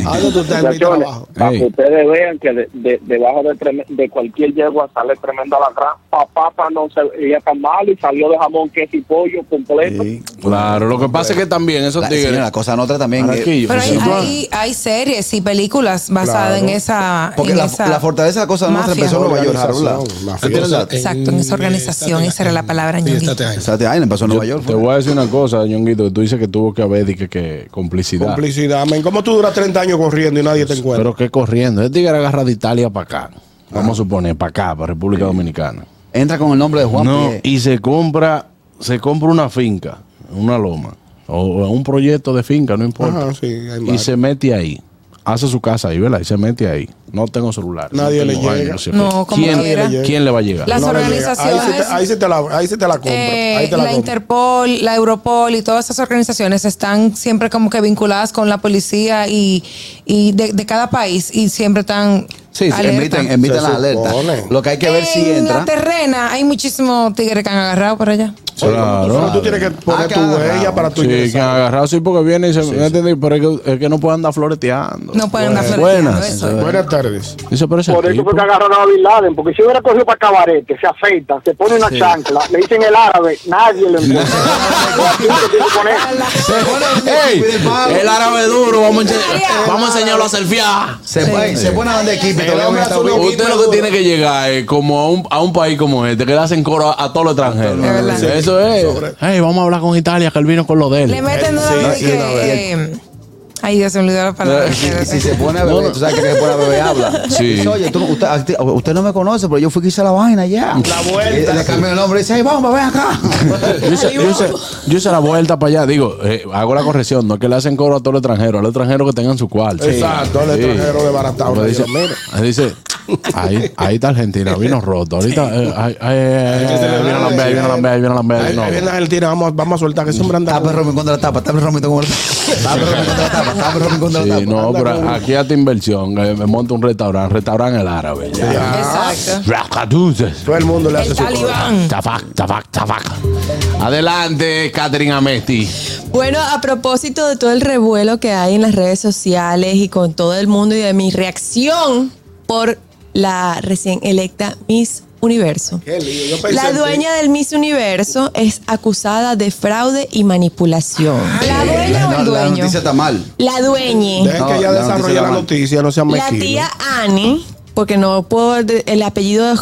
Speaker 4: Ah, no, tú estás en mi
Speaker 7: Muchachones,
Speaker 4: trabajo.
Speaker 7: para
Speaker 1: Ey.
Speaker 7: que ustedes vean que de- de- debajo de, trem- de cualquier yegua sale tremendo alacrán. Papá, pa, no se veía tan mal y salió de jamón, queso y pollo completo.
Speaker 1: Claro, lo que pasa es que también esos
Speaker 8: La,
Speaker 1: tigres.
Speaker 8: señora, la cosa otra también. eh,
Speaker 1: Araquillo,
Speaker 2: Pero hay,
Speaker 1: pues, eso-
Speaker 2: hay, hay series y películas basadas en esa.
Speaker 8: porque
Speaker 2: en
Speaker 8: la,
Speaker 2: esa
Speaker 8: la fortaleza de la cosa nuestra
Speaker 2: mafia. Eh,
Speaker 8: empezó en Nueva York, Harold.
Speaker 4: Organización, mafiosa.
Speaker 8: ¿Entiendes?
Speaker 2: Exacto, en esa organización,
Speaker 4: estate-
Speaker 2: esa era la palabra,
Speaker 4: Sí,
Speaker 2: Ñonguito.
Speaker 4: estate ahí.
Speaker 8: Staten Island empezó en Nueva
Speaker 1: Yo
Speaker 8: York.
Speaker 1: te
Speaker 8: fue.
Speaker 1: voy a decir una cosa, Ñonguito. que Tú dices que tuvo que haber di que, que complicidad.
Speaker 4: Complicidad, men. ¿Cómo tú duras 30 años corriendo y nadie te encuentra?
Speaker 1: Pero que corriendo. Este tigre agarra de Italia para acá. Vamos a suponer, para acá, para República Dominicana.
Speaker 8: Entra con el nombre de Juan
Speaker 1: No,
Speaker 8: Pie.
Speaker 1: y se compra, se compra una finca, una loma, o, o un proyecto de finca, no importa.
Speaker 4: Ajá, sí, hay
Speaker 1: y
Speaker 4: varios.
Speaker 1: se mete ahí. Hace su casa ahí, ¿verdad? Y se mete ahí. No tengo celular.
Speaker 4: Nadie
Speaker 1: no
Speaker 4: le
Speaker 1: tengo
Speaker 4: llega.
Speaker 1: sé
Speaker 2: No,
Speaker 1: qué.
Speaker 2: como
Speaker 1: ¿Quién,
Speaker 2: quiera.
Speaker 1: ¿Quién le va a llegar?
Speaker 2: Las
Speaker 4: No le llega.
Speaker 2: organizaciones.
Speaker 4: Ahí se, te, ahí se te la, ahí se te la compra.
Speaker 2: Eh,
Speaker 4: ahí te la,
Speaker 2: la
Speaker 4: compra.
Speaker 2: Interpol, la Europol y todas esas organizaciones están siempre como que vinculadas con la policía y, y de, de cada país y siempre están
Speaker 8: Sí, sí,
Speaker 2: alerta.
Speaker 8: emiten, emiten
Speaker 4: Se
Speaker 8: la alerta.
Speaker 4: supone.
Speaker 8: Lo que hay que ver si
Speaker 2: en
Speaker 8: entra.
Speaker 2: la terrena hay muchísimos tigres que han agarrado por allá.
Speaker 4: Oye,
Speaker 1: Claro.
Speaker 4: pero tú tienes que poner tu
Speaker 8: claro.
Speaker 4: huella para tu
Speaker 1: Sí, que han
Speaker 4: ingresar.
Speaker 1: agarrado sí porque viene y se ¿entendí? pero es que, es que no puede andar floreteando.
Speaker 2: No pueden andar
Speaker 1: Buenas.
Speaker 2: floreteando, eso es.
Speaker 4: Buenas tardes.
Speaker 1: Dice, pero ese
Speaker 7: Por eso
Speaker 1: tipo-
Speaker 7: fue que agarraron a Bin Laden, porque si hubiera cogido para cabarete, se afeita, se pone una chancla, le dicen el árabe, nadie lo encuentra.
Speaker 1: ¡Ey! El árabe duro, vamos a, ense-
Speaker 2: Ay,
Speaker 1: vamos a enseñarlo a selfiear.
Speaker 8: Se, pone, se pone a donde equipo.
Speaker 4: Pero
Speaker 8: todavía
Speaker 4: un
Speaker 8: está
Speaker 4: abrazo,
Speaker 8: vivo.
Speaker 4: loco.
Speaker 1: Usted lo que tiene que llegar es como a un, a un país como este, que le hacen coro a, a todos los extranjeros.
Speaker 2: Es verdad.
Speaker 1: Sí, Eso es. Hey, vamos a hablar con Italia, que él vino con lo de él.
Speaker 2: Le meten una
Speaker 4: sí,
Speaker 2: vez
Speaker 4: sí,
Speaker 2: que,
Speaker 4: una vez.
Speaker 2: eh, ay, Dios, se me olvidó la palabra.
Speaker 8: Y si se pone a beber, tú sabes que se pone a beber habla.
Speaker 1: Sí.
Speaker 8: Dice, Oye, tú- usted, a ti- usted no me conoce, pero yo fui que hice la vaina ya.
Speaker 4: La vuelta.
Speaker 8: Y Le cambió el nombre y dice, "Ey, vamos, ven acá.
Speaker 1: Yo hice, yo hice- yo hice la vuelta para allá. Digo, eh, hago la corrección, no es que le hacen coro a todos los extranjeros, a los extranjeros que tengan su cuarto.
Speaker 4: Exacto, el extranjero de baratado.
Speaker 1: Pero dice, ah,
Speaker 4: Mira,
Speaker 1: dice, ahí, ahí está Argentina, vino roto. Ahorita, eh, ay, ay, ay, ay,
Speaker 4: celebrar,
Speaker 1: ahí viene la
Speaker 4: hay
Speaker 1: Lambert, ahí
Speaker 4: que
Speaker 1: viene la
Speaker 4: celebrar.
Speaker 1: Lambert, ahí viene la Lambert.
Speaker 4: ahí,
Speaker 1: No.
Speaker 4: ahí Eh, viene Argentina, vamos, vamos a soltar que siempre anda.
Speaker 8: Tapa el Robin contra la tapa, tapa el Robin contra la tapa. Tapa el Robin contra la tapa, tapa el Robin contra la
Speaker 1: Sí,
Speaker 8: tapa.
Speaker 1: no, pero aquí hasta inversión. eh, me monto un restaurante, restaurante el árabe. ya.
Speaker 8: Ah.
Speaker 2: Exacto.
Speaker 1: Rascaduzes.
Speaker 4: Todo el mundo le hace
Speaker 2: El
Speaker 4: su
Speaker 2: talibán.
Speaker 1: Tafac, tafac, tafac. Adelante, Catherine Amesti.
Speaker 5: Bueno, a propósito de todo el revuelo que hay en las redes sociales y con todo el mundo y de mi reacción por la recién electa Miss Universo.
Speaker 4: Qué lío, yo pensé
Speaker 5: La
Speaker 4: en ti.
Speaker 5: dueña del Miss Universo es acusada de fraude y manipulación.
Speaker 2: La dueña o
Speaker 8: La-
Speaker 2: el
Speaker 8: La
Speaker 2: dueño.
Speaker 8: noticia está mal.
Speaker 5: La dueña,
Speaker 4: Dejen que
Speaker 8: No,
Speaker 4: ella
Speaker 8: la
Speaker 4: desarrolle
Speaker 8: noticia
Speaker 4: la
Speaker 8: la-
Speaker 4: noticia, no sean
Speaker 5: la
Speaker 4: mezquinos.
Speaker 5: tía Annie, porque no puedo de- el apellido de...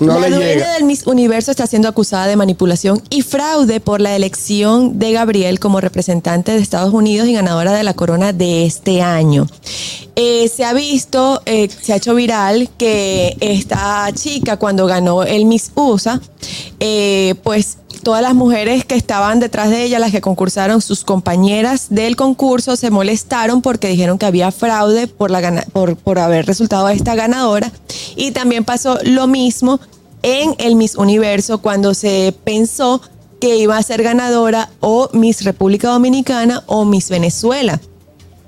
Speaker 4: No
Speaker 5: la
Speaker 4: le
Speaker 5: dueña
Speaker 4: llega.
Speaker 5: del Miss Universo está siendo acusada de manipulación y fraude por la elección de Gabriel como representante de Estados Unidos y ganadora de la corona de este año. Eh, se ha visto, eh, se ha hecho viral que esta chica cuando ganó el Miss USA, eh, pues todas las mujeres que estaban detrás de ella, las que concursaron, sus compañeras del concurso se molestaron porque dijeron que había fraude por, la gana- por, por haber resultado esta ganadora. Y también pasó lo mismo en el Miss Universo cuando se pensó que iba a ser ganadora o Miss República Dominicana o Miss Venezuela.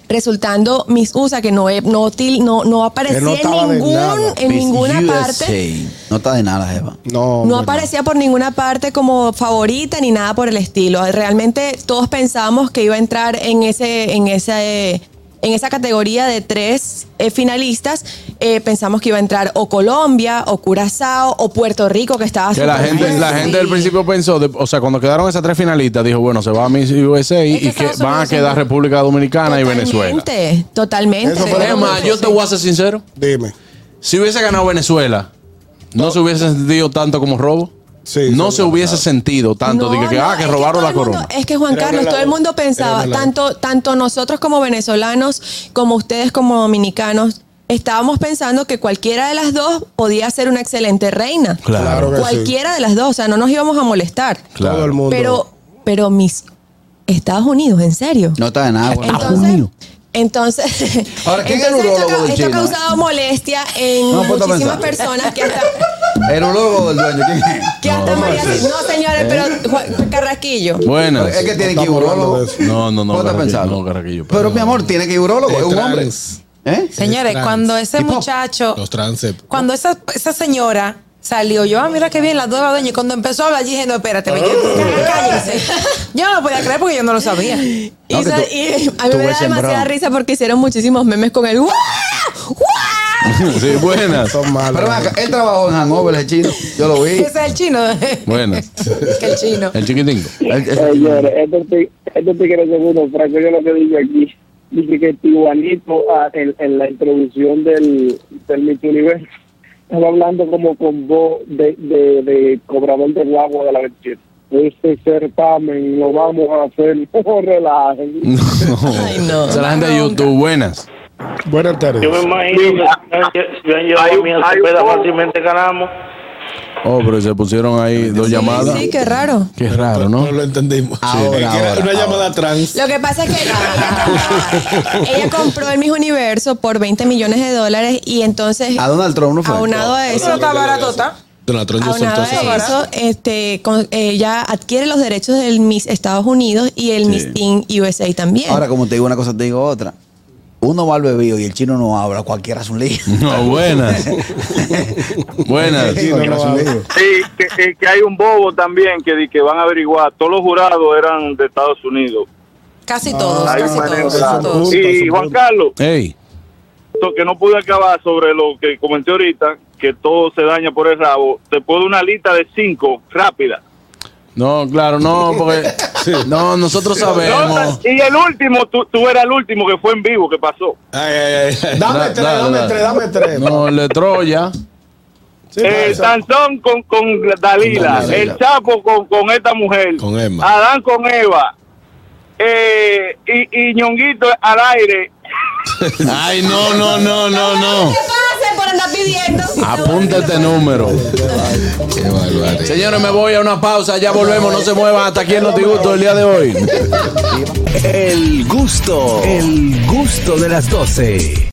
Speaker 5: Resultando Miss USA que no, no, til- no, no aparecía
Speaker 4: estaba
Speaker 5: en,
Speaker 4: de
Speaker 5: ningún-
Speaker 4: nada.
Speaker 5: en
Speaker 8: Miss
Speaker 5: ninguna
Speaker 8: USA.
Speaker 5: parte.
Speaker 8: No está de nada, Eva.
Speaker 4: No,
Speaker 5: No
Speaker 4: hombre,
Speaker 5: aparecía por ninguna parte como favorita ni nada por el estilo. Realmente todos pensábamos que iba a entrar en ese, en ese, en esa categoría de tres eh, finalistas. Eh, pensamos que iba a entrar o Colombia, o Curazao, o Puerto Rico, que estaba
Speaker 1: Que la
Speaker 5: súper
Speaker 1: gente,
Speaker 5: bien.
Speaker 1: la
Speaker 2: sí.
Speaker 1: gente al principio pensó, de- o sea, cuando quedaron esas tres finalistas, dijo, bueno, se va a Miss USA y
Speaker 2: Es que
Speaker 1: que
Speaker 2: Estados
Speaker 1: van a
Speaker 2: Unidos
Speaker 1: quedar
Speaker 2: son-
Speaker 1: República Dominicana y Venezuela.
Speaker 5: Totalmente, totalmente.
Speaker 4: Eso fue
Speaker 1: Es más, yo te voy a ser sincero.
Speaker 4: Dime.
Speaker 1: Si hubiese ganado Venezuela, no se hubiese sentido tanto como robo.
Speaker 4: Sí,
Speaker 1: no
Speaker 4: sí,
Speaker 1: se hubiese sentido tanto.
Speaker 5: No,
Speaker 1: de que,
Speaker 5: no,
Speaker 1: ah, que
Speaker 5: es
Speaker 1: robaron
Speaker 5: todo
Speaker 1: la
Speaker 5: el mundo-
Speaker 1: corona.
Speaker 5: es que Juan
Speaker 4: Era
Speaker 5: Carlos,
Speaker 4: una
Speaker 5: todo el
Speaker 4: labor.
Speaker 5: mundo pensaba,
Speaker 4: Era una labor.
Speaker 5: tanto, tanto nosotros como venezolanos, como ustedes como dominicanos, estábamos pensando que cualquiera de las dos podía ser una excelente reina.
Speaker 4: Claro, que sí.
Speaker 5: Cualquiera de las dos, o sea, no nos íbamos a molestar.
Speaker 1: Claro.
Speaker 4: Todo el mundo.
Speaker 5: Pero, pero mis Estados Unidos, en serio.
Speaker 8: No está de
Speaker 1: ah,
Speaker 8: nada, güey.
Speaker 5: Entonces, entonces,
Speaker 8: Ahora, ¿quién es el
Speaker 5: entonces esto,
Speaker 8: urólogo
Speaker 5: ha-
Speaker 8: del
Speaker 5: esto ha
Speaker 8: chino?
Speaker 5: causado molestia en
Speaker 1: pues,
Speaker 8: No, ponte a
Speaker 5: muchísimas
Speaker 8: pensar.
Speaker 5: personas que hasta
Speaker 8: El urólogo del dueño, ¿quién es?
Speaker 5: Que hasta
Speaker 4: pues,
Speaker 8: ¿Cómo
Speaker 5: María.
Speaker 8: es?
Speaker 5: No, señores,
Speaker 4: ¿Eh?
Speaker 5: pero Juan- Carrasquillo.
Speaker 1: Buenas.
Speaker 8: Es que tiene que ir urólogo.
Speaker 1: No, no, no.
Speaker 8: Ponte a
Speaker 1: Carraquillo,
Speaker 8: pensarlo.
Speaker 1: No, Carraquillo.
Speaker 8: Pero mi amor, tiene que ir urólogo, es un hombre. ¿Eh?
Speaker 13: Señores,
Speaker 2: trans.
Speaker 13: cuando ese muchacho,
Speaker 2: Los trances.
Speaker 13: cuando esa, esa señora salió, yo, ah, mira qué bien, la nueva dueña, y cuando empezó a hablar, dije, no, espérate, me cállense. Yo no lo podía creer porque yo no lo sabía.
Speaker 5: Y,
Speaker 8: Ah. No, que
Speaker 5: sa-
Speaker 8: tú-
Speaker 5: y a mí
Speaker 8: tú
Speaker 5: me da
Speaker 8: ves sembrado.
Speaker 5: demasiada risa porque hicieron muchísimos memes con el ¡guau!
Speaker 1: Sí, buenas.
Speaker 14: Son malos.
Speaker 8: Pero ven acá, él trabajó en Hangover, el chino. Yo lo vi.
Speaker 13: Ese es el chino,
Speaker 1: Buenas.
Speaker 13: que el chino.
Speaker 1: El chiquitingo.
Speaker 8: El- el-
Speaker 4: Señores, este tig- este tigre seguro, Franco, yo lo que digo aquí, dice que Tijuanito ah, en, en la introducción del, del Miss Universo estaba hablando como con voz de, de, de cobrador de guagua de la 27. Este certamen lo vamos a hacer, no relajen.
Speaker 5: Ay, no.
Speaker 1: Esa es la gente de YouTube. Buenas.
Speaker 14: Buenas tardes.
Speaker 15: Yo me imagino que si hubieran llevado a mí al Cepeda fácilmente ganamos.
Speaker 1: Oh, pero se pusieron ahí dos
Speaker 5: Sí,
Speaker 1: llamadas.
Speaker 5: Sí, qué raro.
Speaker 1: Qué raro, ¿no?
Speaker 2: No lo entendimos.
Speaker 8: Ahora,
Speaker 2: Es que era
Speaker 8: ahora,
Speaker 2: una
Speaker 8: ahora.
Speaker 2: llamada trans.
Speaker 5: Lo que pasa es que ella, ella compró el Miss Universo por 20 millones de dólares y entonces,
Speaker 8: A Donald Trump no fue.
Speaker 5: aunado a
Speaker 13: Eso no
Speaker 5: eso,
Speaker 13: está Ah, barato, ¿está?
Speaker 2: Donald Trump yo
Speaker 5: aunado
Speaker 2: soltó esa-
Speaker 5: a eso, este, con- ella adquiere los derechos del Miss Estados Unidos y el Miss Teen USA también.
Speaker 8: Ahora, como te digo una cosa, te digo otra. Uno va al bebido y el chino no habla, cualquiera es un lío.
Speaker 1: No, buenas. buenas.
Speaker 8: Cualquiera es un lío.
Speaker 7: Sí, que, que- que hay un bobo también que, di- que van a averiguar. Todos los jurados eran de Estados Unidos.
Speaker 13: Casi todos,
Speaker 7: Hay un
Speaker 13: casi todos,
Speaker 7: manejo.
Speaker 13: casi
Speaker 14: claro.
Speaker 13: todos.
Speaker 7: Y Juan Carlos,
Speaker 1: Ey.
Speaker 7: to- que no pude acabar sobre lo que comenté ahorita, que todo se daña por el rabo. Te puedo una lista de cinco rápida.
Speaker 1: No, claro, no, porque. No, nosotros sabemos.
Speaker 7: Y el último, tú, tú eras el último que fue en vivo que pasó.
Speaker 2: Ay, ay, ay.
Speaker 14: Dame
Speaker 1: Da-
Speaker 14: tres,
Speaker 1: da-
Speaker 14: dame
Speaker 1: da-
Speaker 14: tres, dame tres.
Speaker 1: No, le Troya.
Speaker 14: Sí,
Speaker 2: Ah,
Speaker 7: Eh,
Speaker 14: pasa.
Speaker 7: Sansón con, con Dalila,
Speaker 2: Dalila.
Speaker 7: el Chapo con, con esta mujer,
Speaker 2: Con Emma.
Speaker 7: Adán con Eva, eh, y, y Ñonguito al aire.
Speaker 1: Ay, no, no, no, no, no.
Speaker 5: pasa por andar pidiendo?
Speaker 1: Apunta este número.
Speaker 2: Qué barbaridad.
Speaker 1: Señores, me voy a una pausa. Ya volvemos. No se muevan. Hasta aquí el Notigusto del día de hoy.
Speaker 16: El gusto, el gusto de las 12.